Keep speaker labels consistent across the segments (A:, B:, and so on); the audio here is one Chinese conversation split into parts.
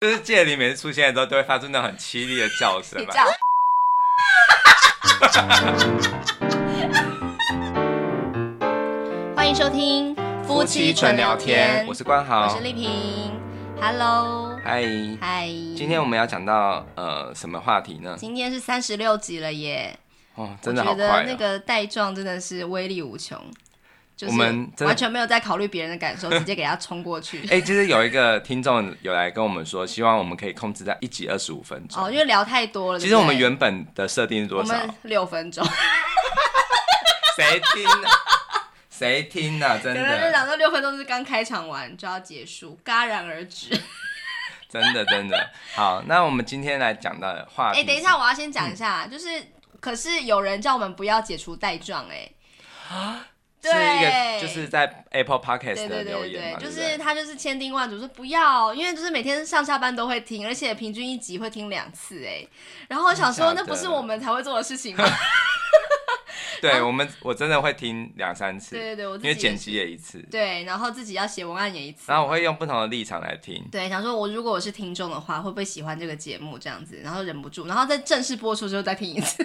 A: 就是界里每次出现的时候都会发出那种很凄厉的叫声
B: 你
A: 嘛
B: 这。样，欢迎收听夫妻纯聊天，
A: 我是关
B: 我
A: 豪
B: 是，丽萍，Hello，
A: 嗨，
B: 嗨，
A: 今天我们要讲到呃什么话题呢？
B: 今天是三十六集了耶，
A: 哦，真的
B: 我
A: 好
B: 觉得
A: 快
B: 那
A: 哦。
B: 个带状真的是威力无穷，就是
A: 我们真的
B: 完全没有在考虑别人的感受， 直接给他冲过去。
A: 哎，其实有一个听众有来跟我们说，希望我们可以控制在一集二十五分钟。
B: 哦，因为聊太多了。
A: 其
B: 对
A: 实
B: 不
A: 我们
B: 对
A: 原本的设定是
B: 我
A: 多少？
B: 们六分钟，
A: 谁听呢？谁听呢？真
B: 可能就
A: 的，
B: 讲说六分钟是刚开场完就要结束，戛然而止。
A: 真的，真的。好，那我们今天来讲到的话
B: 哎、
A: 题，嗯
B: 等一，下，我要先讲一下，就是可是有人叫我们不要解除带状、哎，
A: 是一个
B: 对
A: 就是在 Apple Podcast
B: 对
A: 的
B: 对
A: 留
B: 对
A: 言
B: 对
A: 嘛，，对
B: 就
A: 不对
B: 是他就是千叮万嘱说不要，因为就是每天上下班都会听，而且平均一集会听两次、哎，然后我想说
A: 真的假
B: 那
A: 的
B: 不是我们才会做的事情吗？
A: 对我们，我真的会听两三次，
B: 对对对，我
A: 因
B: 自己
A: 为剪
B: 也是
A: 辑也一次，
B: 对，然后自己要写文案也一次，
A: 然后我会用不同的立场来听。
B: 对，想说我如果我是听众的话，会不会喜欢这个节目这样子？然后忍不住，然后在正式播出之后再听一次。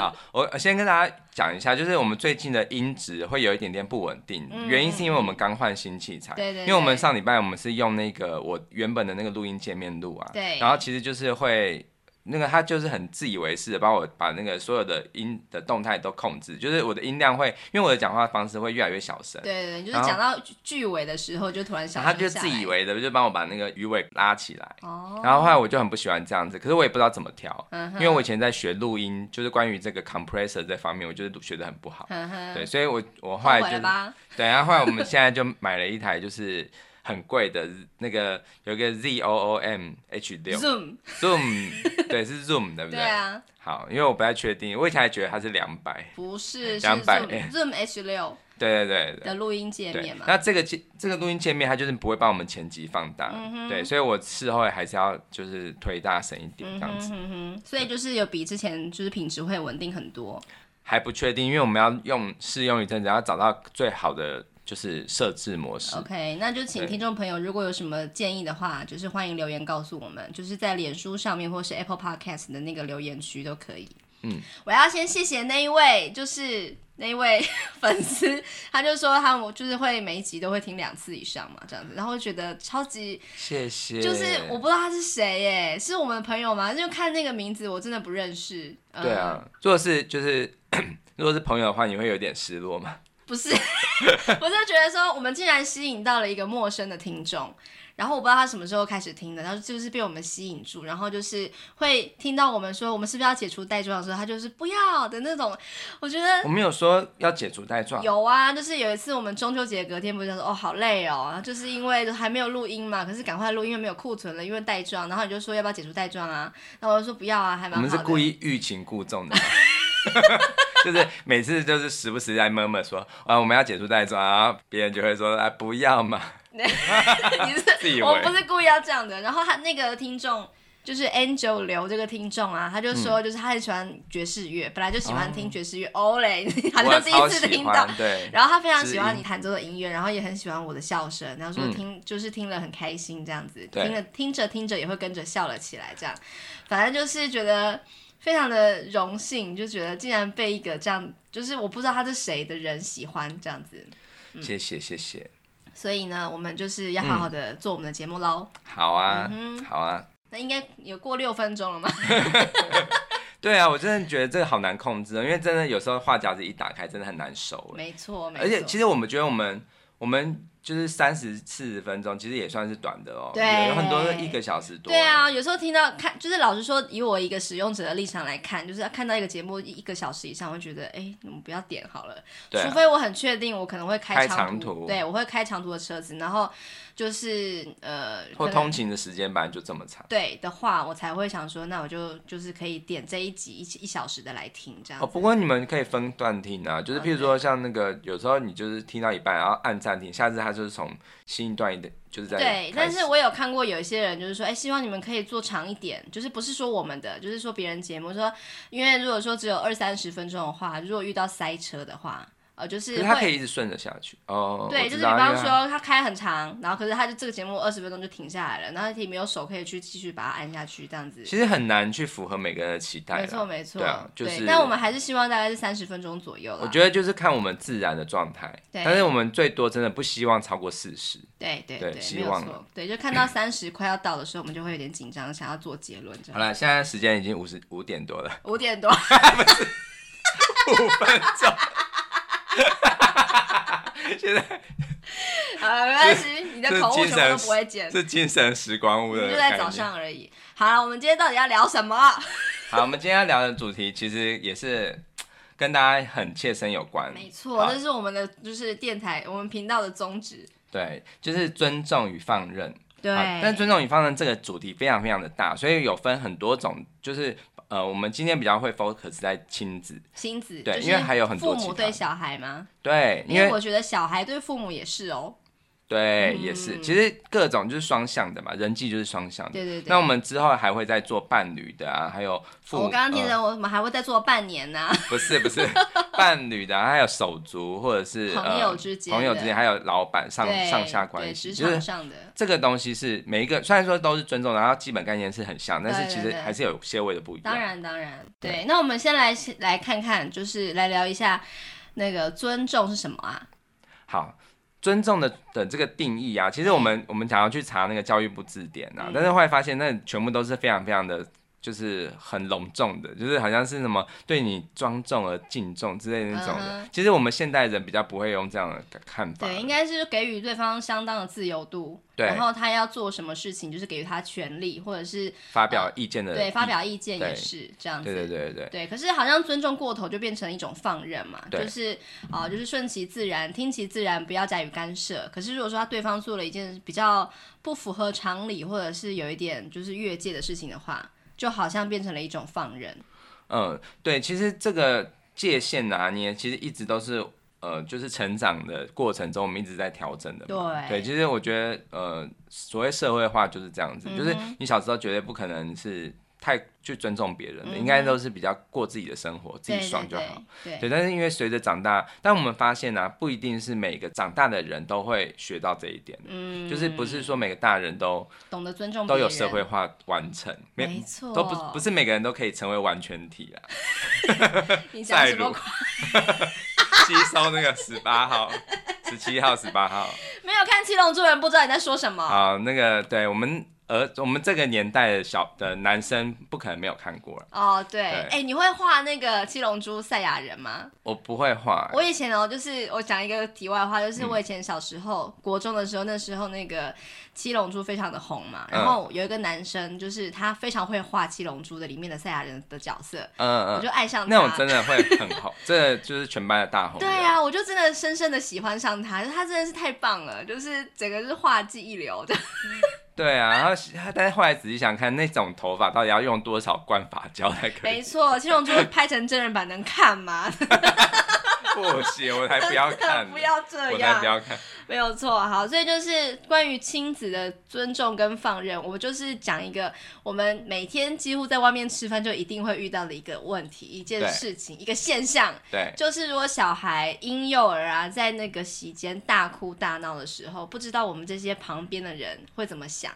A: 好，我先跟大家讲一下，就是我们最近的音质会有一点点不稳定，
B: 嗯
A: 原因是因为我们刚换新器材，
B: 对对对
A: 因为我们上礼拜我们是用那个我原本的那个录音界面录啊，
B: 对
A: 然后其实就是会。那个他就是很自以为是的，帮我把那个所有的音的动态都控制，就是我的音量会，因为我的讲话方式会越来越小声，
B: 对对对，就是
A: 然后
B: 讲到句句尾的时候，就突然想
A: 然后他就自以为的就帮我把那个鱼尾拉起来，
B: 哦，
A: 然后后来我就很不喜欢这样子，可是我也不知道怎么调，因
B: 嗯哼
A: 为我以前在学录音，就是关于这个 compressor 这方面，我就是学的很不好。
B: 嗯哼
A: 对，所以我我后
B: 后
A: 来
B: 悔
A: 就
B: 了吧？
A: 对，然后后来我们现在就买了一台就是很贵的那个有一个 Z O O M H 六
B: Zoom，
A: Zoom，对， 是 Zoom 对不
B: 对啊，嗯
A: 好，因为我不太确定，我以前还觉得它是两百，
B: 不是是
A: 200
B: Zoom Zoom H 六
A: 对对哎对对
B: 的录音界
A: 对
B: 面，嘛？
A: 那这个界这个录音界面它就是不会帮我们前级放大，
B: 嗯哼
A: 对，所以我事后还是要就是推大声一点
B: 嗯
A: 这样子
B: 哼。哼哼，所以就是有比之前就是品质会稳定很多。
A: 还不确定，因为我们要用试用一阵子，要找到最好的就是设置模式。
B: OK，那就请
A: 对
B: 听众朋友如果有什么建议的话，就是欢迎留言告诉我们，就是在脸书上面或是 Apple Podcast 的那个留言区都可以。
A: 嗯，
B: 我要先谢谢那一位，就是那一位 粉丝，他就说他我就是会每一集都会听两次以上嘛，这样子，然后我觉得超级
A: 谢谢。
B: 就是我不知道他是谁耶，是我们的朋友吗？就看那个名字我真的不认识。嗯
A: 对，啊，如果是就是 如果是朋友的话，你会有点失落吗？
B: 不是， 我就觉得说，我们竟然吸引到了一个陌生的听众，然后我不知道他什么时候开始听的，然后就是被我们吸引住，然后就是会听到我们说我们是不是要解除带状的时候，他就是不要的那种。我觉得
A: 我们有说要解除带状，
B: 有啊，就是有一次我们中秋节隔天不是说哦好累哦，然后就是因为还没有录音嘛，可是赶快录，因为没有库存了，因为带状，然后你就说要不要解除带状啊？然后我就说不要啊，还蛮
A: 我
B: 好的。
A: 们是故意欲擒故纵的 吗。就是每次就是时不时在默默说啊，我们要解除带状，然后别人就会说啊不要嘛，
B: 你
A: 自以为
B: 是我不是故意要这样的。然后他那个听众就是 Angel 刘这个听众啊，他就说就是他很喜欢爵士乐，本来就喜欢听爵士乐，哦嘞， 好
A: 我
B: 像第一
A: 超
B: 次
A: 喜
B: 听到
A: 欢。，对，
B: 然后他非常
A: 知
B: 喜欢
A: 音
B: 你弹奏的音乐，然后也很喜欢我的笑声，然后说
A: 嗯
B: 听、就是听了很开心这样子，
A: 对
B: 听了听着听着也会跟着笑了起来，这样，反正就是觉得非常的荣幸，就觉得竟然被一个这样，就是我不知道他是谁的人喜欢这样子，嗯
A: 谢谢谢谢，
B: 所以呢，我们就是要好好的做我们的节目喽。
A: 好啊
B: 嗯
A: 好啊，
B: 那应该有过六分钟 了吗？
A: 对啊，我真的觉得这个好难控制，哦，因为真的有时候话匣子一打开，真的很难收了。
B: 没错，没错。
A: 而且其实我们觉得我们我们就是三十四十分钟，其实也算是短的哦。
B: 对
A: 有很多是一个小时多。欸
B: 对，啊，有时候听到看，就是老实说，以我一个使用者的立场来看，就是看到一个节目一个小时以上，我会觉得，哎、我们不要点好了。
A: 对啊
B: 除非我很确定，我可能会
A: 开
B: 长
A: 长
B: 途，
A: 途
B: 对我会开长途的车子，然后就是呃，
A: 或
B: 可能
A: 通勤的时间本来就这么长。
B: 对的话，我才会想说，那我就就是可以点这一集一一小时的来听这样
A: 哦，
B: 子。
A: 不过你们可以分段听啊，就是譬如说像那个，有时候你就是听到一半，然后按暂停，下次它就是从新一段的，就是在
B: 对，
A: 开
B: 但
A: 始
B: 是我有看过有一些人就是说，哎、希望你们可以做长一点，就是不是说我们的，就是说别人节目说，因为如果说只有二三十分钟的话，如果遇到塞车的话。呃，就
A: 可
B: 是
A: 是
B: 会。
A: 它可以一直顺着下去哦。我
B: 对，就
A: 知
B: 是比
A: 道
B: 方，
A: 因为
B: 说他开很长，然后可是他就这个节目二十分钟就停下来了，然后也没有手可以去继续把它按下去，这样子
A: 它。其实很难去符合每个人的期待啦。
B: 没错，没错。
A: 对啊就是
B: 但我们还是希望大概是三十分钟左右啦。
A: 我觉得就是看我们自然的状态，
B: 对
A: 但是我们最多真的不希望超过四十。
B: 对对
A: 对
B: 对，
A: 希
B: 没有
A: 望
B: 错。对，就看到三十快要到的时候，我们就会有点紧张，想要做结论这
A: 好
B: 样。
A: 了，现在时间已经五十五点多了，
B: 五点多，
A: 五分钟。 现在
B: 好了，没关系，你的
A: 这
B: 口误
A: 精
B: 全部都
A: 神
B: 不会减，
A: 是精神时光屋
B: 我们
A: 的，嗯
B: 就在早。上而已。好了，我们今天到底要聊什么？
A: 好，我们今天要聊的主题其实也是跟大家很切身有关。
B: 没错，
A: 好
B: 这是我们的就是电台我们频道的宗旨。
A: 对，就是尊重与放任。
B: 对
A: 好，但尊重与放任这个主题非常非常的大，所以有分很多种，就是呃，我们今天比较会 focus 在亲子，
B: 亲子，
A: 对
B: 就是
A: 因为还有很多
B: 父
A: 其
B: 母
A: 他
B: 对小孩吗？
A: 对，因
B: 因为
A: 为
B: 我觉得小孩对父母也是哦。
A: 对
B: 嗯
A: 也是，其实各种就是双向的嘛，人际就是双向的。
B: 对对对。
A: 嗯那我们之后还会再做伴侣的啊，还有父
B: 哦我刚刚听
A: 呃
B: 着，我们还会再做半年呢、
A: 不是不是伴侣的啊、还有手足或者是
B: 朋友之间
A: 呃、
B: 的
A: 朋友之间，还有老板上
B: 对
A: 上下关
B: 对
A: 系，
B: 职
A: 就是
B: 场上的。
A: 这个东西是每一个虽然说都是尊重，然后基本概念是很像，但是
B: 对
A: 其
B: 对
A: 实
B: 对
A: 还是有些微的不一样。
B: 当然，当然，
A: 对
B: 对。那我们先来来看看，就是来聊一下那个尊重是什么啊？
A: 好，尊重的的这个定义啊，其实我们
B: 嗯
A: 我们想要去查那个教育部字典啊，但是后来发现那全部都是非常非常的。就是很隆重的，就是好像是什么对你庄重而敬重之类的那种的。
B: 嗯哼
A: 其实我们现代人比较不会用这样的看法。
B: 对，应该是给予对方相当的自由度，
A: 对
B: 然后他要做什么事情，就是给予他权利，或者是
A: 发表意见的
B: 对发表意见
A: 对
B: 也是这样子。
A: 对对对对
B: 对，可是好像尊重过头就变成一种放任嘛，
A: 对
B: 就是啊、呃就是顺其自然，听其自然，不要加以干涉。可是如果说他对方做了一件比较不符合常理，或者是有一点就是越界的事情的话，就好像变成了一种放任。
A: 嗯，对，其实这个界限拿捏，其实一直都是呃，就是成长的过程中，我们一直在调整的嘛。
B: 对
A: 其实我觉得呃，所谓社会化就是这样子，就是
B: 嗯哼
A: 你小时候绝对不可能是太去尊重别人的，应该都是比较过自己的生活，自己爽就好。
B: 嗯对。对
A: 对，但是因为随着长大，但我们发现呢、不一定是每个长大的人都会学到这一点，
B: 嗯，
A: 就是不是说每个大人都
B: 懂得尊重
A: 都
B: 别
A: 有
B: 人
A: 社会，化完成，没
B: 没错，
A: 都不不是每个人都可以成为完全体啊啦。
B: 你讲
A: 再
B: 什么
A: 如吸收那个十八号、十七号、十八号
B: 没有看《七龙珠》的人不知道你在说什么。
A: 啊，那个对我们儿我们这个年代的小的男生不可能没有看过了。
B: 哦，对，哎
A: 对、
B: 你会画那个《七龙珠》赛亚人吗？
A: 我不会画，
B: 我以前哦，就是我讲一个题外话，
A: 嗯
B: 就是我以前小时候、国中的时候，那时候那个《七龙珠》非常的红嘛，
A: 嗯
B: 然后有一个男生，就是他非常会画《七龙珠》的里面的赛亚人的角色，我
A: 嗯嗯，
B: 就爱上他。
A: 那种真的会很红， 这就是全班的大红。
B: 对啊，我就真的深深的喜欢上他，他真的是太棒了，就是整个是画技一流的。
A: 对啊，然后但是后来仔细想看，那种头发到底要用多少灌发胶才可以
B: 没？错，《七龙珠》拍成真人版能看 吗？
A: 不行，我才不要看，
B: 不要这
A: 我才
B: 样
A: 不，要看。
B: 没有错，好，所以就是关于亲子的尊重跟放任，我们就是讲一个我们每天几乎在外面吃饭就一定会遇到的一个问题、一件
A: 对
B: 事情、一个现象，
A: 对，
B: 就是如果小孩婴幼儿啊在那个席间大哭大闹的时候，不知道我们这些旁边的人会怎么想。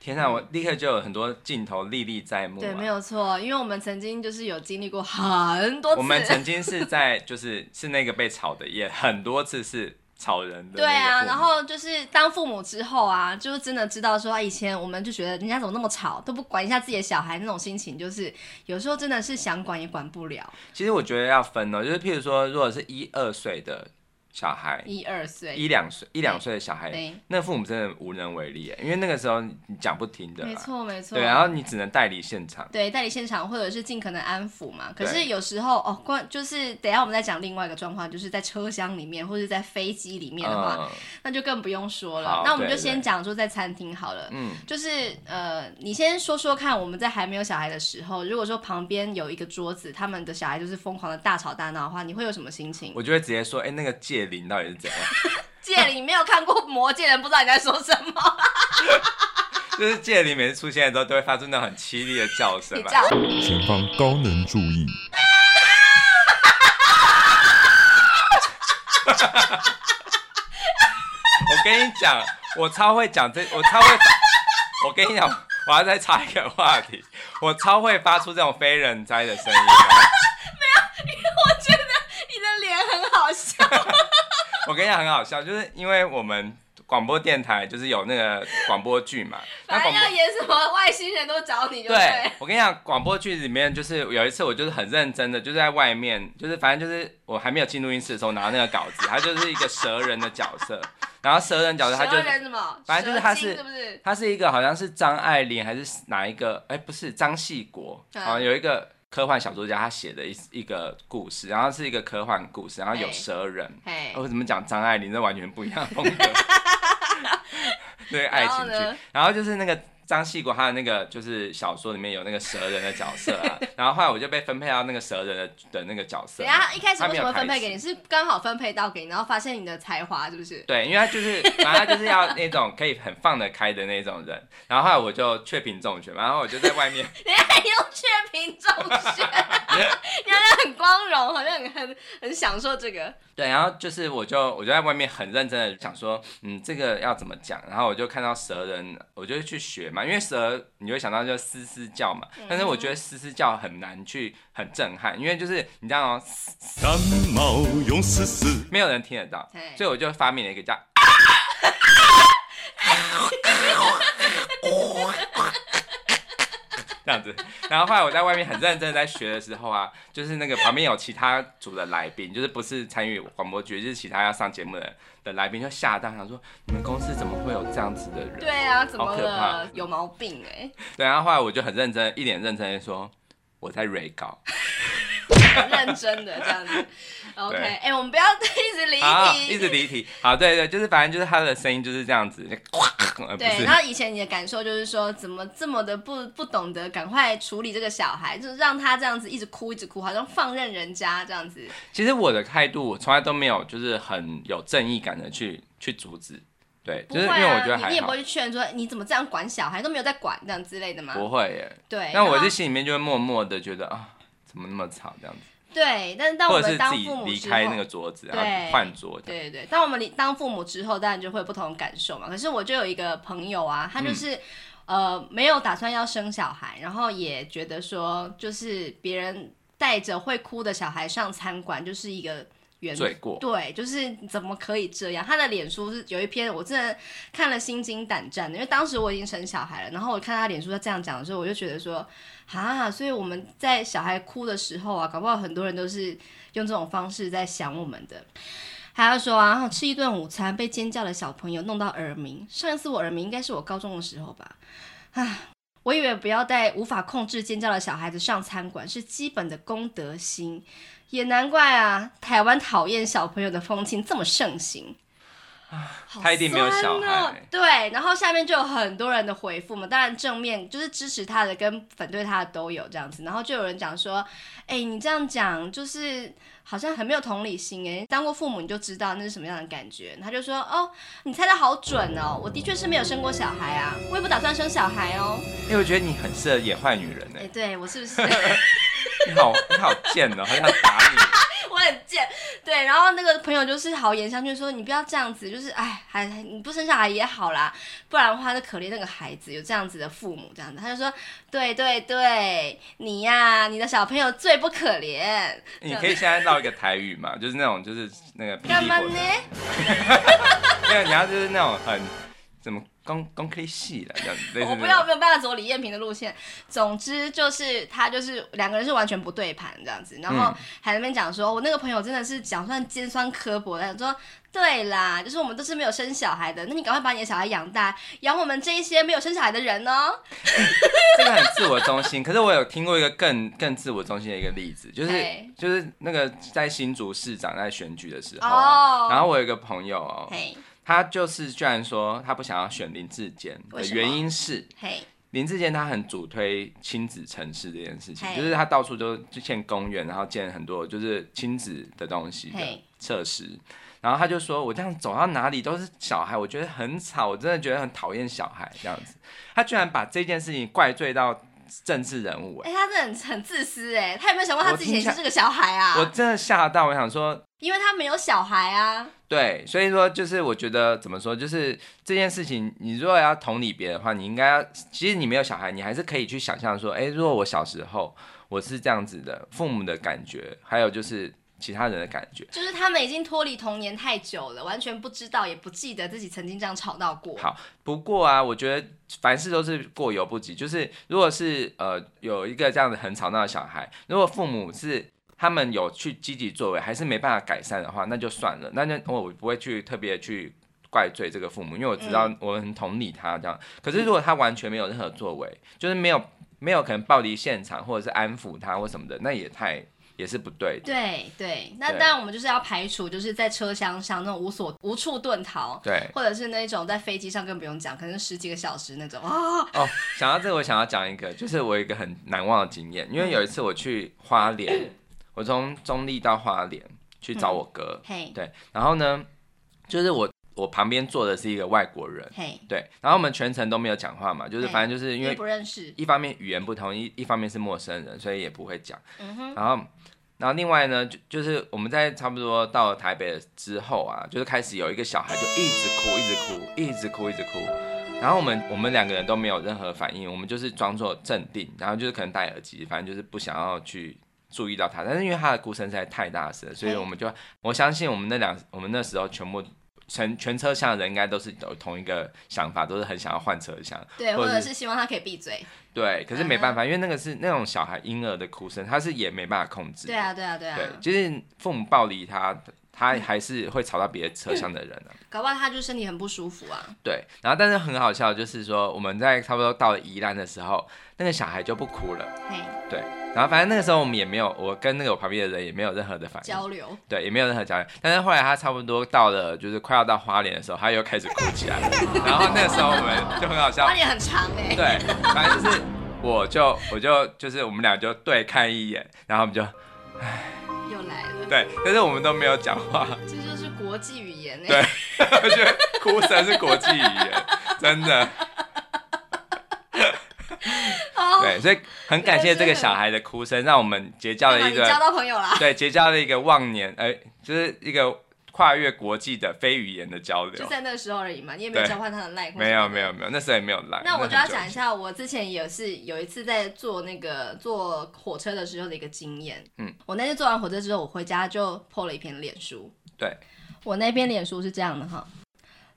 A: 天哪，我立刻就有很多镜头历历在目、啊。
B: 对，没有错，因为我们曾经就是有经历过很多次，
A: 我们曾经是在就是是那个被炒的，也很多次是炒人的那个父母。
B: 对啊，然后就是当父母之后啊，就是真的知道说，啊以前我们就觉得人家怎么那么吵，都不管一下自己的小孩那种心情，就是有时候真的是想管也管不了。
A: 其实我觉得要分哦，就是譬如说，如果是一二岁的小孩，
B: 一二岁，
A: 一两岁一两岁的小孩，
B: 对，
A: 那父母真的无能为力耶，因为那个时候你讲不听的
B: 没
A: 啦，
B: 错没错。
A: 对，然后你只能代理现场。
B: 对代理现场或者是尽可能安抚嘛。可是
A: 对
B: 有时候哦，关就是等一下我们再讲另外一个状况，就是在车厢里面或者在飞机里面的话，
A: 嗯
B: 那就更不用说了
A: 好。
B: 那我们就
A: 对
B: 先
A: 对
B: 讲说在餐厅好了。
A: 嗯，
B: 就是呃，你先说说看，我们在还没有小孩的时候，如果说旁边有一个桌子，他们的小孩就是疯狂的大吵大闹的话，你会有什么心情？
A: 我就会直接说，哎、那个戒灵到底是怎样？
B: 戒里没有看过《魔戒》的人不知道你在说什么，
A: 就是戒灵每次出现的时候都会发出那种很凄厉的叫声
B: 你
A: 嘛
B: 这。样
C: 前方高能注意，
A: 我跟你讲，我超会讲这，我超会。我跟你讲， 我要再插一个话题，我超会发出这种非人哉的声音的。
B: 我觉得你的脸很好笑。
A: 我跟你讲很好笑，就是因为我们广播电台就是有那个广播剧 嘛，那
B: 反
A: 广
B: 正
A: 播
B: 要演什么外星人都找你就
A: 对
B: 对。，
A: 我跟你讲，广播剧里面就是有一次，我就是很认真的，就是在外面，就是反正就是我还没有进录音室的时候拿那个稿子，他就是一个蛇人的角色，然后蛇人角色他就
B: 十二人什么？
A: 反正就是他是
B: 蛇精是不是？
A: 他是一个好像是张爱玲还是哪一个？哎、不是张系国，
B: 对
A: 好像有一个科幻小说家他写的一一个故事，然后是一个科幻故事，然后有
B: 哎
A: 蛇人。
B: 哎
A: 哦，我怎么讲张爱玲？这完全不一样的 风格。对爱情剧
B: 然后呢，
A: 然后就是那个张系国，他的那个就是小说里面有那个蛇人的角色 啊，然后后来我就被分配到那个蛇人的的那个角色
B: 等一。下他一开始
A: 他
B: 为
A: 没
B: 什
A: 有
B: 么分
A: 开
B: 配
A: 始
B: 给你？是刚好分配到给你，然后发现你的才华是不是？
A: 对，因为他就是，反正他就是要那种可以很放得开的那种人。然后后来我就确评中选嘛，然后我就在外面，
B: 你还用雀屏中 选，你好像很光荣，好像很很很享受这个。
A: 对，然后就是我就我就在外面很认真的想说，嗯，这个要怎么讲？然后我就看到蛇人，我就去学嘛，因为蛇你就会想到就是嘶嘶叫嘛，但是我觉得嘶嘶叫很难去很震撼，因为就是你知道哦，嘶
C: 三毛勇死死，
A: 没有人听得到
B: 对，
A: 所以我就发明了一 个叫。这样子，然后后来我在外面很认真地在学的时候啊，就是那个旁边有其他组的来宾，就是不是参与广播剧，就是其他要上节目的的来宾，就吓到想说，你们公司怎么会有这样子的人？
B: 对啊，怎么
A: 好可怕
B: 了？有毛病哎、
A: 对，然后后来我就很认真，一脸认真的说，我在 re 稿。
B: 很认真的这 样子。OK，
A: 对
B: 哎、我们不要一直离
A: 啊，
B: 题，
A: 一直。离题。好，对对，就是反正就是他的声音就是这样子，就 呃不
B: 对，
A: 是
B: 然。后以前你的感受就是说，怎么这么的不不懂得赶快处理这个小孩，就是让他这样子一直哭一直哭，好像放任人家这样子。
A: 其实我的态度，我从来都没有就是很有正义感的去去阻止，对，
B: 不
A: 就是
B: 会
A: 因为我
B: 啊，
A: 觉得
B: 你你
A: 还
B: 也不
A: 好
B: 会，去劝说你怎么这样管小孩，都没有在管这样之类的吗？
A: 不会耶。
B: 对，
A: 但我
B: 然后
A: 就心里面就会默默的觉得啊，怎么那么吵这样子，
B: 对，但是当我
A: 或者
B: 们
A: 是自
B: 当
A: 己
B: 父母
A: 离
B: 之
A: 开那
B: 后
A: 个。桌子，然
B: 对
A: 后换桌这样。
B: 对对对，当我们离当父母之后，当然就会有不同的感受嘛。可是我就有一个朋友啊，他就是、呃没有打算要生小孩，然后也觉得说，就是别人带着会哭的小孩上餐馆就是一个原
A: 罪过
B: 对，就是怎么可以这样？他的脸书是有一篇，我真的看了心惊胆战的，因为当时我已经生小孩了，然后我看他脸书在这样讲的时候，我就觉得说，啊，所以我们在小孩哭的时候啊，搞不好很多人都是用这种方式在想我们的。还要说啊，吃一顿午餐被尖叫的小朋友弄到耳鸣，上一次我耳鸣应该是我高中的时候吧，啊。我以为不要带无法控制尖叫的小孩子上餐馆是基本的公德心，也难怪啊，台湾讨厌小朋友的风气这么盛行。好
A: 他一定没有小
B: 酸哦
A: 孩
B: 对，然后下面就有很多人的回复嘛，当然正面就是支持他的跟反对他的都有这样子，然后就有人讲说，哎、你这样讲就是好像很没有同理心哎，当过父母你就知道那是什么样的感觉。他就说，哦，你猜的好准哦，我的确是没有生过小孩啊，我也不打算生小孩哦。
A: 因为我觉得你很适合演坏女人呢
B: 哎、，对我是 不是？
A: 你好你好贱哦，很想打 你。
B: 我很贱，对，然后那个朋友就是好言相劝说，你不要这样子，就是哎，还你不生小孩也好啦，不然的话就可怜那个孩子有这样子的父母这样子，他就说，对对对，你呀、你的小朋友最不可怜，
A: 你可以现在绕一个台语嘛，就是那种就是那个霹
B: 干
A: 雳
B: 嘛
A: 火
B: 呢？
A: 没有，你要就是那种很怎么公公 K 系的这样子，类似
B: 我不
A: 那
B: 要，我
A: 种。
B: 没有办法走李艳萍的路线。总之就是他就是两个人是完全不对盘这样子，然后
A: 嗯
B: 还在那边讲说，我那个朋友真的是讲算尖酸刻薄的，说对啦，就是我们都是没有生小孩的，那你赶快把你的小孩养大，养我们这一些没有生小孩的人哦。
A: 这个很自我中心。可是我有听过一个更更自我中心的一个例子，就是
B: 嘿
A: 就是那个在新竹市长在选举的时候啊、
B: 哦，
A: 然后我有一个朋友哦，
B: 嘿
A: 他就是居然说他不想要选林志坚
B: 为
A: 的
B: 什么
A: 原因是。
B: 嘿，
A: 林志坚他很主推亲子城市这件事情，
B: 嘿
A: 就是他到处都就建公园，然后建很多就是亲子的东西的
B: 嘿
A: 设施。然后他就说：“我这样走到哪里都是小孩，我觉得很吵，我真的觉得很讨厌小孩这样子。”他居然把这件事情怪罪到政治人物、
B: 哎、
A: 哎、
B: 他真的很很自私哎、他有没有想过他
A: 我
B: 自己
A: 听
B: 也
A: 起
B: 是
A: 来
B: 这个小孩啊？
A: 我真的吓到，我想说，
B: 因为他没有小孩啊。
A: 对，所以说就是我觉得怎么说，就是这件事情，你如果要同理别人的话，你应该要，其实你没有小孩，你还是可以去想象说，哎、如果我小时候我是这样子的，父母的感觉，还有就是其他人的感觉。
B: 就是他们已经脱离童年太久了，完全不知道也不记得自己曾经这样吵闹过。
A: 好不过啊，我觉得凡事都是过犹不及。就是如果是呃有一个这样子很吵闹的小孩，如果父母是他们有去积极作为，还是没办法改善的话，那就算了，那就我不会去特别去怪罪这个父母，因为我知道我很同理他这样。可是如果他完全没有任何作为，就是没有没有可能暴离现场，或者是安抚他或什么的，那也太也是不对的。
B: 对对，那
A: 对
B: 当然我们就是要排除，就是在车厢上那种无所无处遁逃，
A: 对
B: 或者是那种在飞机上更不用讲，可能十几个小时那种啊。
A: 哦，想到这个，我想要讲一个，就是我有一个很难忘的经验，因为有一次我去花莲，我从中立到花莲去找我哥，
B: 嘿
A: 对，然后呢，就是我我旁边坐的是一个外国人，
B: 嘿，
A: 对，然后我们全程都没有讲话嘛，就是反正就是因为
B: 不认识，
A: 一方面语言不同，一一方面是陌生人，所以也不会讲，
B: 嗯哼，
A: 然后。然后另外呢，就就是我们在差不多到了台北之后啊，就是开始有一个小孩就一直哭，一直哭，一直哭，一直哭。然后我们我们两个人都没有任何反应，我们就是装作镇定，然后就是可能戴耳机，反正就是不想要去注意到他。但是因为他的哭声实在太大声了，所以我们就我相信我们那两我们那时候全部全全车厢的人应该都是有同一个想法，都是很想要换车厢。
B: 对，
A: 或
B: 或
A: 者
B: 者
A: 是
B: 是希望他可以闭嘴。
A: 对，可是没办法，因为那个是那种小孩婴儿的哭声，他是也没办法控制的。
B: 对啊，对啊，对啊。
A: 对，就是父母暴力他，他还是会吵到别的车厢的人啊。
B: 搞不好他就身体很不舒服啊。
A: 对，然后但是很好笑，的就是说我们在差不多到了宜兰的时候，那个小孩就不哭了。
B: 嘿，
A: 对，然后反正那个时候我们也没有，我跟那个我旁边的人也没有任何的反应，
B: 交流。
A: 对，也没有任何交流。但是后来他差不多到了，就是快要到花莲的时候，他又开始哭起来了。然后那个时候我们就很好笑
B: 花，脸很长哎、
A: 对，反正就是我就我就就是我们俩就对看一眼，然后我们就
B: 又来了，
A: 对，但是我们都没有讲话。
B: 这就是国际语言哎、
A: 对 我觉得哭声是国际语言，真的。
B: 哦，
A: 对，所以很感谢这个小孩的哭声，让我们结交了一
B: 你交
A: 个
B: 到朋友啦。
A: 对结交了一个忘年，哎、就是一个跨越国际的非语言的交
B: 就
A: 流。
B: 在那个时候而已嘛，你也没
A: 对
B: 交换他的赖。
A: 没有没有。没有，那时候也没有来。
B: 那我就要
A: 很久以
B: 讲一
A: 前，
B: 下，我之前也是有一次在坐那个坐火车的时候的一个经验。
A: 嗯，
B: 我那天坐完火车之后，我回家就 po 了一篇脸书。
A: 对，
B: 我那篇脸书是这样的哈，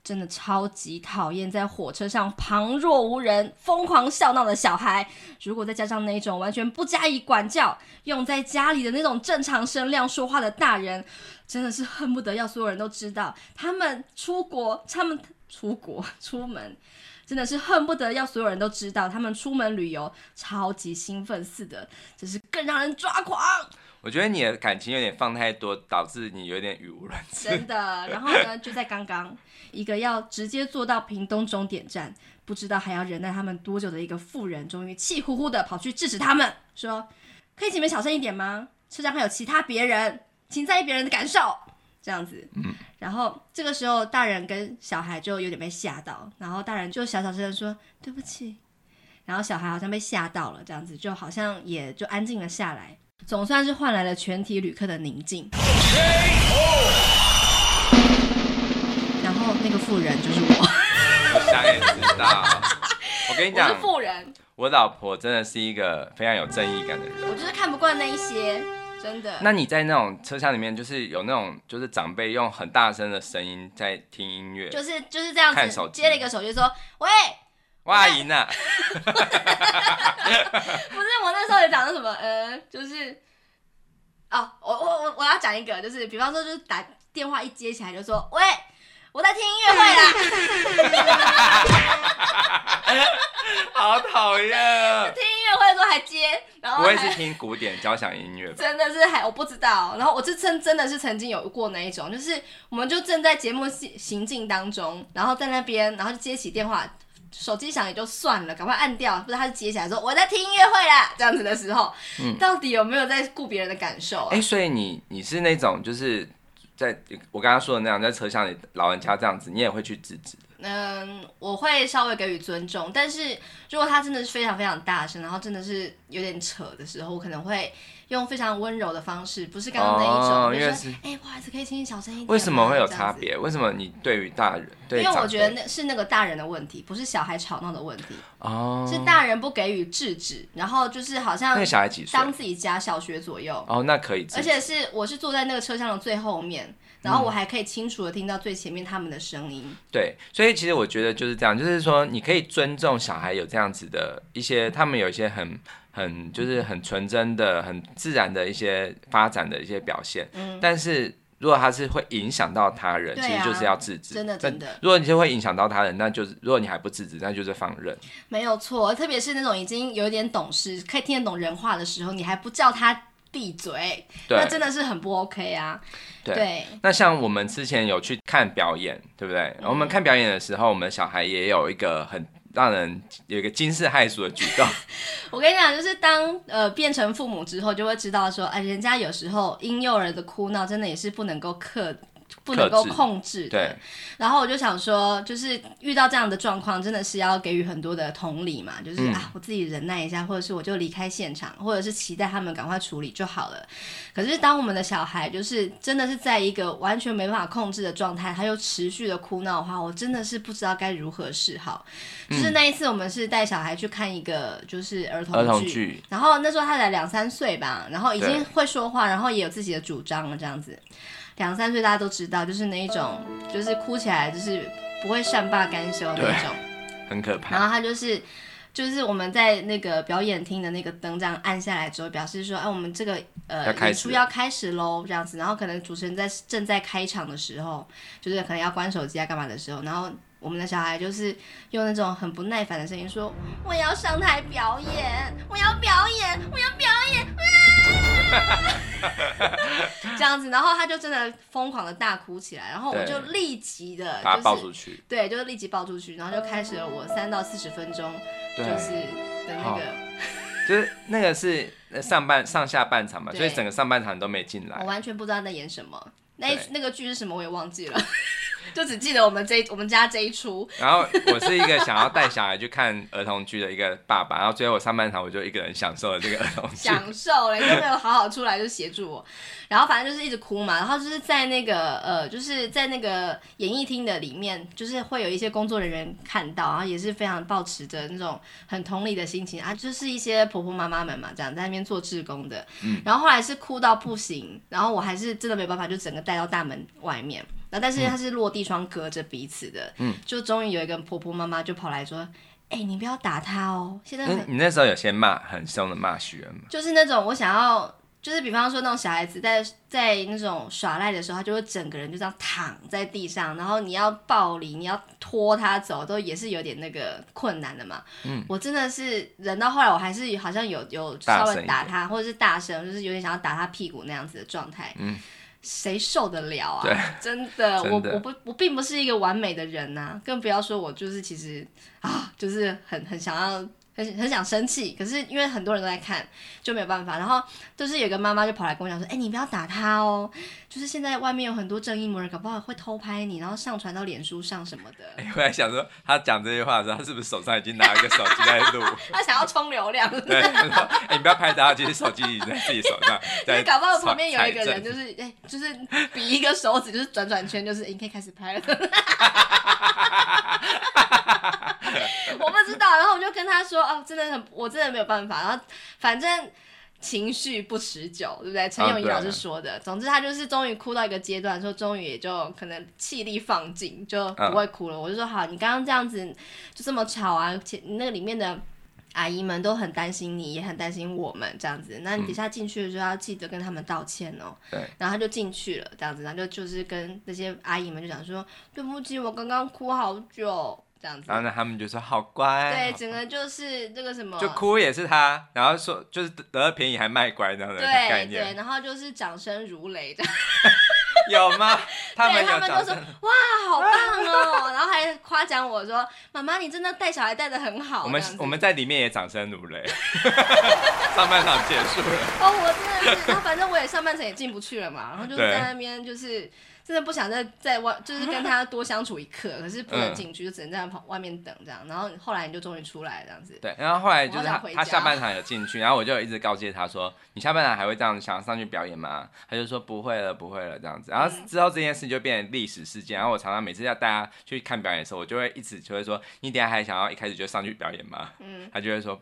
B: 真的超级讨厌在火车上旁若无人、疯狂笑闹的小孩。如果再加上那种完全不加以管教、用在家里的那种正常声量说话的大人，真的是恨不得要所有人都知道他们出国，他们出国出门。真的是恨不得要所有人都知道，他们出门旅游超级兴奋似的，真是更让人抓狂。
A: 我觉得你的感情有点放太多，导致你有点语无伦次。
B: 真的。然后呢，就在刚刚，一个要直接坐到屏东终点站，不知道还要忍耐他们多久的一个妇人，终于气呼呼的跑去制止他们，说：“可以请你们小声一点吗？车上还有其他别人，请在意别人的感受。”这样子，然后这个时候大人跟小孩就有点被吓到，然后大人就小小声的说：“对不起。”然后小孩好像被吓到了，这样子就好像也就安静了下来，总算是换来了全体旅客的宁静。然后那个妇人就是我，
A: 我 想也知 道。我跟你
B: 我
A: 讲
B: 是，富人，
A: 我老婆真的是一个非常有正义感的人。
B: 我就是看不惯那一些，真的。
A: 那你在那种车厢里面，就是有那种就是长辈用很大声的声音在听音乐，
B: 就是就是这样
A: 看手
B: 子，
A: 机
B: 接了一个手机说：“喂，
A: 哇赢了，
B: 不是我那时候也讲的什么，呃，就是，哦，我我我我要讲一个，就是比方说就是打电话一接起来就说：喂，我在听音乐会 啦，
A: 好讨厌 啊！
B: 听音乐会的时候还接，然
A: 不
B: 后
A: 会是
B: 还
A: 听古典交响音乐吧？
B: 真的是还我不知道，然后我这真真的是曾经有过那一种，就是我们就正在节目行行进当中，然后在那边，然后就接起电话，手机响也就算了，赶快按掉，不是他就接起来说我在听音乐会啦，这样子的时候，
A: 嗯
B: 到底有没有在顾别人的感受啊？
A: 哎、所以你你是那种就是在我刚刚说的那样，在车厢里老人家这样子，你也会去制止的。
B: 嗯，我会稍微给予尊重，但是如果他真的是非常非常大声，然后真的是有点扯的时候，我可能会用非常温柔的方式，不是刚刚那一种，
A: 哦
B: 比如
A: 因为
B: 说，哎、不好意思，可以请你小声一点吗。啊
A: 为什么会有
B: 这样
A: 差
B: 子？
A: 别？为什么你对于大人对
B: 因为我
A: 长
B: 觉
A: 辈
B: 得那是那个大人的问题，不是小孩吵闹的问题，
A: 哦，
B: 是大人不给予制止，然后就是好像
A: 那个小孩几岁？
B: 当自己家小学左右，
A: 哦，那可以自
B: 而且是我是坐在那个车厢的最后面，然
A: 嗯
B: 后我还可以清楚的听到最前面他们的声音。
A: 对，所以其实我觉得就是这样，就是说你可以尊重小孩有这样子的一些，他们有一些很很就是很纯真的、很自然的一些发展的一些表现，
B: 嗯，
A: 但是。如果他是会影响到他人，
B: 对
A: 其
B: 啊
A: 实就是要制止。
B: 真的
A: 但
B: 真的
A: 如果你是会影响到他人，那就是如果你还不制止，那就是放任。
B: 没有错，特别是那种已经有点懂事，可以听得懂人话的时候，你还不叫他闭嘴，
A: 对
B: 那真的是很不 OK 啊。
A: 对
B: 对
A: 那像我们之前有去看表演，对不对？
B: 嗯
A: 然后我们看表演的时候，我们小孩也有一个很让人有一个惊世骇俗的举 动。
B: 我跟你讲，就是当呃变成父母之后，就会知道说，哎、人家有时候婴幼儿的哭闹真的也是不能够克。不能够
A: 克制
B: 控制的
A: 对，
B: 然后我就想说，就是遇到这样的状况，真的是要给予很多的同理嘛，就是、
A: 嗯
B: 啊，我自己忍耐一下，或者是我就离开现场，或者是期待他们赶快处理就好了。可是当我们的小孩就是真的是在一个完全没办法控制的状态，他又持续的哭闹的话，我真的是不知道该如何是好。就是那一次，我们是带小孩去看一个就是儿童
A: 嗯儿童剧
B: 然后那时候他才两三岁吧，然后已
A: 对
B: 经会说话，然后也有自己的主张了，这样子。两三岁大家都知道，就是那一种，就是哭起来就是不会善罢甘休那
A: 对
B: 一种。
A: 很可
B: 然
A: 怕。
B: 后他就是就是我们在那个表演厅的那个灯这样按下来之后，表示说，哎，我们这个呃
A: 要开
B: 演
A: 始
B: 出
A: 了
B: 要开始喽，这样子。然后可能主持人在正在开场的时候，就是可能要关手机啊干嘛的时候，然后。我们的小孩就是用那种很不耐烦的声音说：“我也要上台表演，我要表演，我要表演。啊”这样子，然后他就真的疯狂的大哭起来，然后我
A: 对
B: 就立即的、就是、
A: 把他抱出去，
B: 对，就是立即抱出去，然后就开始了我三到四十分钟就
A: 对
B: 是的那
A: 好
B: 个，
A: 就是那个是呃上半上下半场嘛，
B: 对
A: 所以整个上半场都没进
B: 我
A: 来。
B: 完全不知道在演什么，那一
A: 对
B: 那个剧是什么我也忘记了， 就只记得我们这一我们家这一出，
A: 然后我是一个想要带小孩去看儿童剧的一个爸爸，然后最后我上半场我就一个人享受了这个儿童剧。
B: 享受嘞，都没有好好出来就协助我，然后反正就是一直哭嘛，然后就是在那个呃，就是在那个演艺厅的里面，就是会有一些工作人员看到，然后也是非常抱持着那种很同理的心情啊，就是一些婆婆妈妈们嘛，这样在那边做志工的，然后后来是哭到不行，然后我还是真的没办法，就整个带到大门外面。然后但是它是落地窗隔着彼此的，嗯，就终于有一个婆婆妈妈就跑来说：“哎、你不要打他哦，现在很
A: 嗯，你那时候有先骂很凶的骂徐恩吗？
B: 就是那种我想要，就是比方说那种小孩子在在那种耍赖的时候，他就会整个人就这样躺在地上，然后你要抱离，你要拖他走，都也是有点那个困难的嘛。嗯，我真的是忍到后来，我还是好像有有
A: 大
B: 稍
A: 声
B: 微打
A: 一点
B: 他，或者是大声，就是有点想要打他屁股那样子的状态。嗯。谁受得了啊？
A: 对
B: 真的，
A: 真
B: 我
A: 的
B: 我不我并不是一个完美的人呐、更不要说我就是其实啊，就是很很想要很很想生气，可是因为很多人都在看，就没有办法。然后就是有个妈妈就跑来跟我讲说：“哎、你不要打他哦，就是现在外面有很多正义魔人，搞不好会偷拍你，然后上传到脸书上什么的。
A: 哎我在想说，他讲这句话的时候，他是不是手上已经拿一个手机在录？
B: 他想要冲流量，就
A: 对，他说哎、你不要拍他，其实手机已经在自己手 上。在
B: 是搞不好旁边有一个
A: 踩
B: 人，就是哎、就是比一个手指，就是转转圈，就是、哎你可以开始拍了。 我不知道，然后我就跟他说：“哦，真的很，我真的没有办法。”然后反正。情绪不持久，对不对？陈
A: 啊
B: 永仪
A: 对
B: 老师说的。总之，他就是终于哭到一个阶段，说终于也就可能气力放尽，就
A: 嗯
B: 不会哭了。我就说好，你刚刚这样子就这么吵啊，且那个里面的阿姨们都很担心你，也很担心我们这样子。那你底下进去的时候要记得跟他们道歉哦。
A: 嗯对
B: 然后他就进去了，这样子，然后就就是跟那些阿姨们就讲说，对不起，我刚刚哭好久，这样子。
A: 然后呢，他们就说好乖，
B: 对，整个就是那个什么，
A: 哎就哭也是他，然后说就是得得了便宜还卖乖那样的概
B: 对对，
A: 念，
B: 然后就是掌声如雷这样。
A: 有吗？他们
B: 对他
A: 有
B: 们都
A: 掌
B: 说
A: 声。
B: 哇，好棒哦，然后还夸奖我说，妈妈你真的带小孩带的很好。
A: 我们
B: 这样子
A: 我们在里面也掌声如 雷，上半场结束了，
B: 哦，我真的是，然后反正我也上半程也进不去了嘛，然后就是
A: 对
B: 在那边就是真的不想再在外，就是跟他多相处一刻，可是不
A: 嗯
B: 能进去，就只能在旁外面等这样。然后后来你就终于出来这样子，
A: 对，然后后来就是
B: 我
A: 他
B: 好想回家
A: 他下半场有进去，然后我就一直告诫他说：“你下半场还会这样想上去表演吗？”他就说：“不会了，不会了。”这样子，然后
B: 嗯
A: 之后这件事就变成历史事件。然后我常常每次要带他去看表演的时候，我就会一直就会说：“你等一下还想要一开始就上去表演吗？”
B: 嗯，
A: 他就会说：“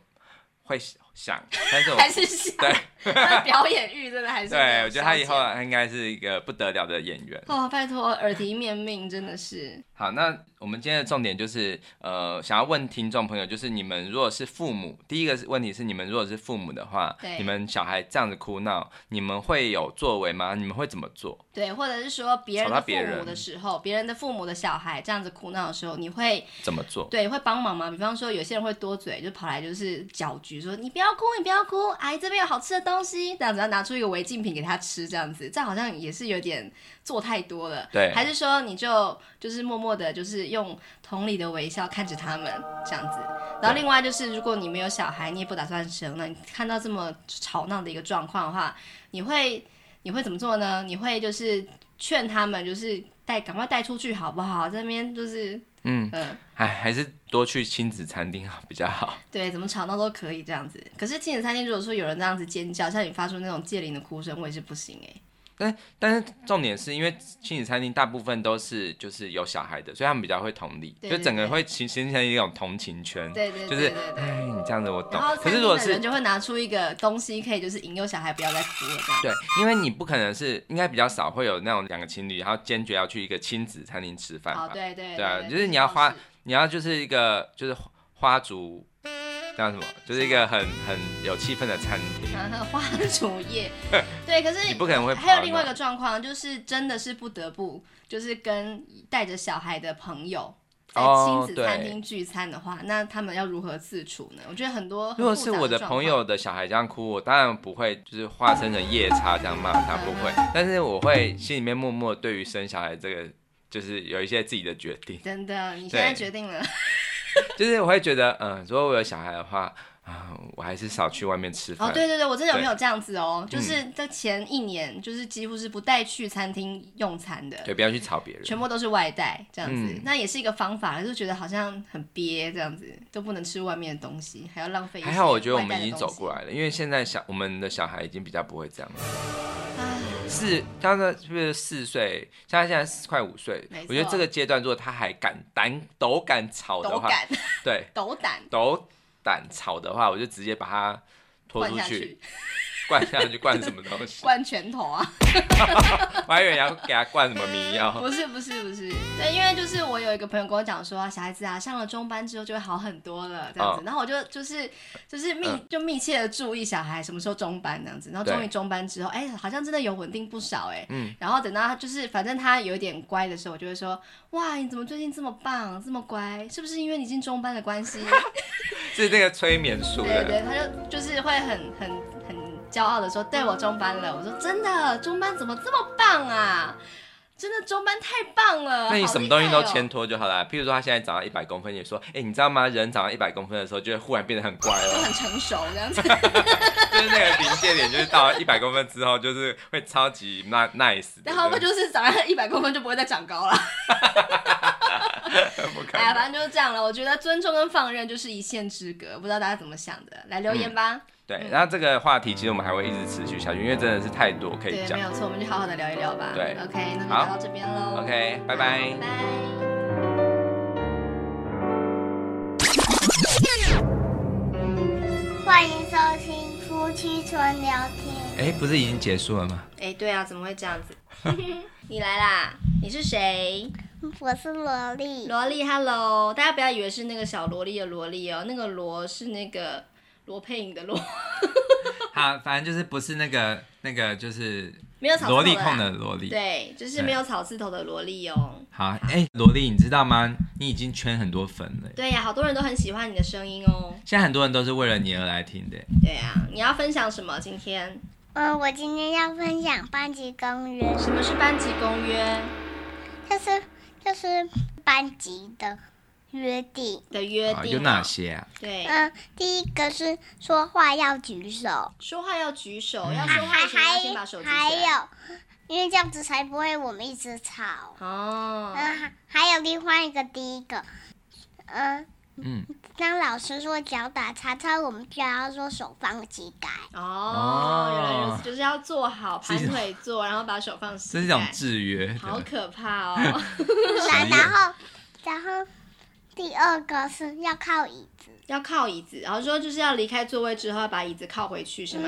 A: 会想，但是我
B: 还是想
A: 对
B: 那表演欲真的还是没
A: 对
B: 有
A: 我觉得他以后啊
B: 消减
A: 应该是一个不得了的演员。”
B: 哦，拜托耳提面命真的是，
A: 好，那我们今天的重点就是，呃，想要问听众朋友，就是你们如果是父母，第一个是问题是你们如果是父母的话
B: 对，
A: 你们小孩这样子哭闹，你们会有作为吗？你们会怎么做？
B: 对，或者是说别人
A: 吵到
B: 的父
A: 别人
B: 母的时候，别人的父母的小孩这样子哭闹的时候，你会
A: 怎么做？
B: 对会帮忙吗？比方说有些人会多嘴，就跑来就是搅局，说你不要哭，你不要哭，阿姨这边有好吃的东西，这样子要拿出一个违禁品给他吃，这样子，这样好像也是有点做太多了。
A: 对
B: 还是说你就就是默默的，就是用同理的微笑看着他们这样子。然后另外就是，如果你没有小孩，你也不打算生了，你看到这么吵闹的一个状况的话，你会你会怎么做呢？你会就是劝他们，就是带赶快带出去好不好？这边就是
A: 嗯，
B: 嗯。
A: 哎，还是多去亲子餐厅 好比较好。
B: 对，怎么吵闹都可以这样子。可是亲子餐厅，如果说有人这样子尖叫，像你发出那种戒灵的哭声，我也是不行哎、
A: 但是重点是因为亲子餐厅大部分都是就是有小孩的，所以他们比较会同理，
B: 对
A: 就
B: 对
A: 整个
B: 对
A: 会形形成一种同情圈。
B: 对对
A: 嗯就
B: 对
A: 是
B: 对对。
A: 哎，你这样子我懂
B: 然后。
A: 可是
B: 餐厅
A: 如果
B: 的
A: 是
B: 人就会拿出一个东西，可以就是引诱小孩不要再哭了这样。
A: 对，因为你不可能是，应该比较少会有那种两个情侣，然后坚决要去一个亲子餐厅吃饭吧。
B: 哦，对对
A: 对啊
B: 对，
A: 就是你要花
B: 这种事
A: 你要就是一个就是花花烛，叫什么，就是一个很很有气氛的餐厅。
B: 然 后花烛 夜，对，可是
A: 你不可能会跑
B: 还有另外一
A: 到
B: 个状况，就是真的是不得不，就是跟带着小孩的朋友。在
A: 哦
B: 亲子餐
A: 对
B: 厅聚餐的话，那他们要如何自处呢？我觉得很多很
A: 如果
B: 复
A: 是
B: 杂
A: 我的
B: 的状
A: 朋
B: 况
A: 友的小孩这样哭，我当然不会就是化身成夜叉这样骂他，不会。
B: 嗯
A: 但是我会心里面默默对于生小孩这个，就是有一些自己的决定，
B: 真的，你现在
A: 对
B: 决定了，
A: 就是我会觉得，嗯、如果我有小孩的话，啊、我还是少去外面吃饭。
B: 哦，对对对，我真的有
A: 对嗯
B: 朋友这样子哦，就是在前一年，就是几乎是不带去餐厅用餐的，
A: 对，不要去吵别人。
B: 全部都是外带这样子
A: 嗯，
B: 那也是一个方法，就觉得好像很憋这样子，都不能吃外面的东西，还要浪费。
A: 还好，我觉得我们已经走过。来了，因为现在小我们的小孩已经比较不会这样了。
B: 唉
A: 四，他呢是不是四岁？像他现在是快五岁
B: 没，错
A: 我觉得这个阶段如果他还敢胆斗敢吵的
B: 斗
A: 话，
B: 胆，
A: 对，
B: 斗胆
A: 斗胆吵的话，我就直接把他拖
B: 灌
A: 出
B: 下
A: 去
B: 去，，
A: 灌下去，灌什么东西？
B: 灌拳头啊！
A: 我还以为你要给他灌什么迷药。
B: 不是不是不是，对，因为就是我有一个朋友跟我讲说，小孩子啊上了中班之后就会好很多了这样子，
A: 嗯
B: 然后我就就是就是密、
A: 嗯
B: 就密切的注意小孩什么时候中班这样子，然后
A: 对
B: 终于中班之后，哎、好像真的有稳定不少哎、
A: 嗯
B: 然后等到他就是反正他有一点乖的时候，我就会说，哇，你怎么最近这么棒，这么乖，是不是因为你进中班的关系？
A: 是这个催眠术
B: 对
A: 的，
B: 对，他就就是会很很很骄傲的说，对我中班了。我说真的，中班怎么这么棒啊？真的中班太棒了。
A: 那你
B: 好
A: 什么
B: 厉
A: 东西都
B: 害哦
A: 牵拖就好了。譬如说他现在长到一百公分，你说，哎，你知道吗？人长到一百公分的时候，就会忽然变得很乖
B: 就
A: 了。
B: 很成熟这样子。
A: 就是那个临界点，就是到一百公分之后，就是会超级 na- nice 的。
B: 然后他就是长在一百公分就不会再长高 了。
A: 不可
B: 哎
A: 能。
B: 呀，反正就是这样了。我觉得尊重跟放任就是一线之隔，不知道大家怎么想的，来留言
A: 嗯
B: 吧。
A: 对，然后这个话题其实我们还会一直持续下去，因为真的是太多可以
B: 对，
A: 讲
B: 没。有错，我们就好好的聊一聊吧。
A: 对
B: ，OK，那就
A: 好
B: 聊到这边喽。
A: OK，拜
B: 好
A: 拜。
B: 拜。
D: 欢迎收听夫妻纯聊天，
A: 哎，不是已经结束了 吗？
B: 哎，对啊，怎么会这样子？ 你来啦，你是谁？
D: 我是萝莉，
B: 萝莉，Hello，大家不要以为是那个小萝莉的萝莉哦，那个罗是那个罗佩影的罗，
A: 好，反正就是不是那个那个就是
B: 没有草字头
A: 萝莉
B: 啦
A: 控的。萝莉。
B: 啊对，就是没有草字头的萝莉哦。
A: 好，哎，萝莉，你知道吗？你已经圈很多粉了。
B: 对呀、好多人都很喜欢你的声音哦。
A: 现在很多人都是为了你而来听的。
B: 对呀、你要分享什么？今天
D: 嗯，我今天要分享班级公约，
B: 什么是班级公约
D: 就是就是班级的约定。
B: 的约
A: 好
B: 定？
A: 有哪？些啊？
B: 对，
D: 嗯，第一个是说话要举手，
B: 说话要举手，要
D: 还
A: 嗯
B: 说话的时候要先把手举起来。
D: 还有，因为这样子才不会我们一直吵。
B: 哦
D: 嗯、，还还有另外一个第一个，嗯、
A: 嗯，
D: 当老师说脚打叉叉，我们就要说手放膝盖。
B: 哦，原来如
A: 哦
B: 此，就是要做好
A: 是一
B: 盘
A: 种
B: 腿坐，然后把手放膝
A: 这
B: 盖。
A: 是一 种制约的。
B: 好可怕哦！
D: 然然后，然后第二个是要靠椅子，
B: 要靠椅子，然后说就是要离开座位之后要把椅子靠回去，是吗？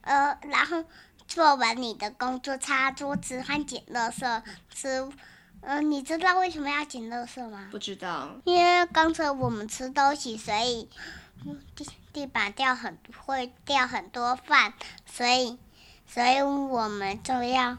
D: 呃，然后做完你的工作，擦桌子和捡垃圾吃。嗯、你知道为什么要捡垃圾吗？
B: 不知道
D: 因为刚才我们吃东西，所以嗯地地板掉很会掉很多饭，所以所以我们就要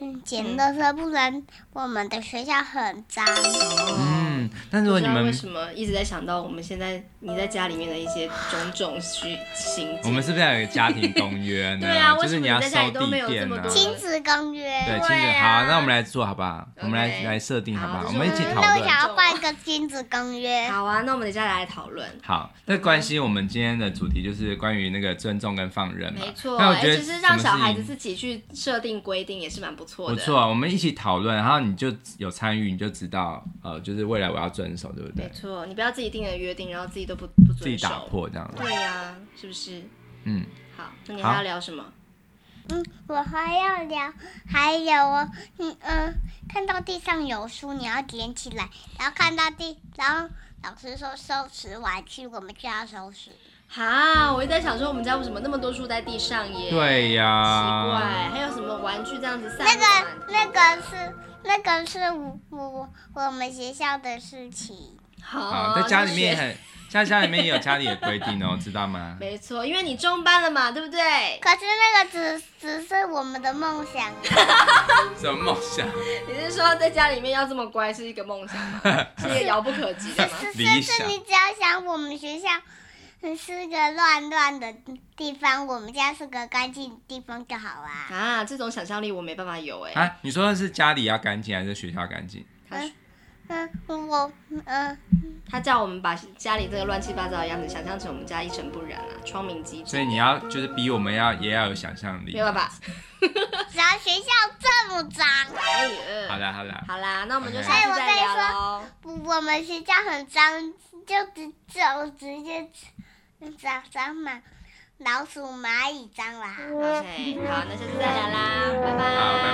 D: 嗯捡
B: 嗯
D: 垃圾，不然我们的学校很脏。
B: 哦。
A: 嗯，但如果
B: 不知
A: 你
B: 道为
A: 们，
B: 什么一直在想到我们现在你在家里面的一些种种需行
A: 我们
B: 径？
A: 是不是要有一个家 庭公约呢？
B: 对啊为
A: 就
B: 什
A: 是
B: 么
A: 你要
B: 你在家
A: 收
B: 里都
A: 地
B: 没有这
A: 垫
B: 么
A: 啊
B: 多。
D: 亲子公约，
A: 对，
B: 对
A: 其实
B: 啊
A: 好，那我们来做好不好？我们来
B: OK
A: 来设定好不
B: 好
A: 好？我
B: 就是
A: 们一起
B: 我们
A: 讨
D: 嗯那我
A: 论
D: 想。要办一个亲子公约。
B: 好啊，那我们等一下来讨论。
A: 好，那关系我们今天的主题就是关于那个尊重跟放任嘛。
B: 没错，
A: 嗯那我
B: 哎，
A: 觉得
B: 其实
A: 什
B: 让
A: 么事
B: 小孩
A: 情
B: 子自己去设定规定也是蛮不错
A: 不
B: 的。
A: 错，我们一起讨论，然后你就有参与，你就知道，呃，就是未来我要遵守，对不
B: 没
A: 对？
B: 错，你不要自己定了约定，然后自己都不不
A: 自己
B: 遵守。
A: 打破这样子。
B: 对呀、是不是？
A: 嗯，
B: 好，那你
A: 好
B: 还要聊什么？
D: 嗯，我还要聊，还有哦，嗯嗯、呃看到地上有书，你要捡起来，然后看到地，然后老师说收拾玩具，我们就要收拾。
B: 哈，我一直在想说，我们家为什么那么多书在地上耶？
A: 对啊呀、
B: 奇怪，还有什么玩具这样子散
D: 那
B: 乱？
D: 个那个是那个是我我我们学校的事情。
B: 好
A: 啊，，
B: 哦
A: 在家里面
B: 学
A: 很，在家里面也有家里的规定哦，知道吗？
B: 没错，因为你中班了嘛，对不对？
D: 可是那个只只是我们的梦想，啊
A: 什么梦想？
B: 你是说在家里面要这么乖是一个梦想吗？是一个遥不可及的吗？
D: 是
A: 理
D: 是
A: 想
D: 是，你只要想我们学校嗯是个乱乱的地方，我们家是个干净的地方就好啦、
B: 啊，这种想象力我没办法有哎、
A: 啊，你说的是家里要干净还是学校干净？
B: 他
D: 嗯，我嗯，
B: 他叫我们把家里这个乱七八糟的样子想象成我们家一尘不染啊，窗明几净
A: 所以，你要就是逼我们要也要有想象力
B: 没有。办法。
D: 只要学校这么脏，
B: 哎呀，
A: 好啦好啦，
B: 好啦，那我们就下次再聊喽。
D: 我们学校很脏，就直就直接长长满老鼠、蚂蚁、蟑螂。哎
B: OK，好，那下次再聊啦，拜拜，
A: 好，拜。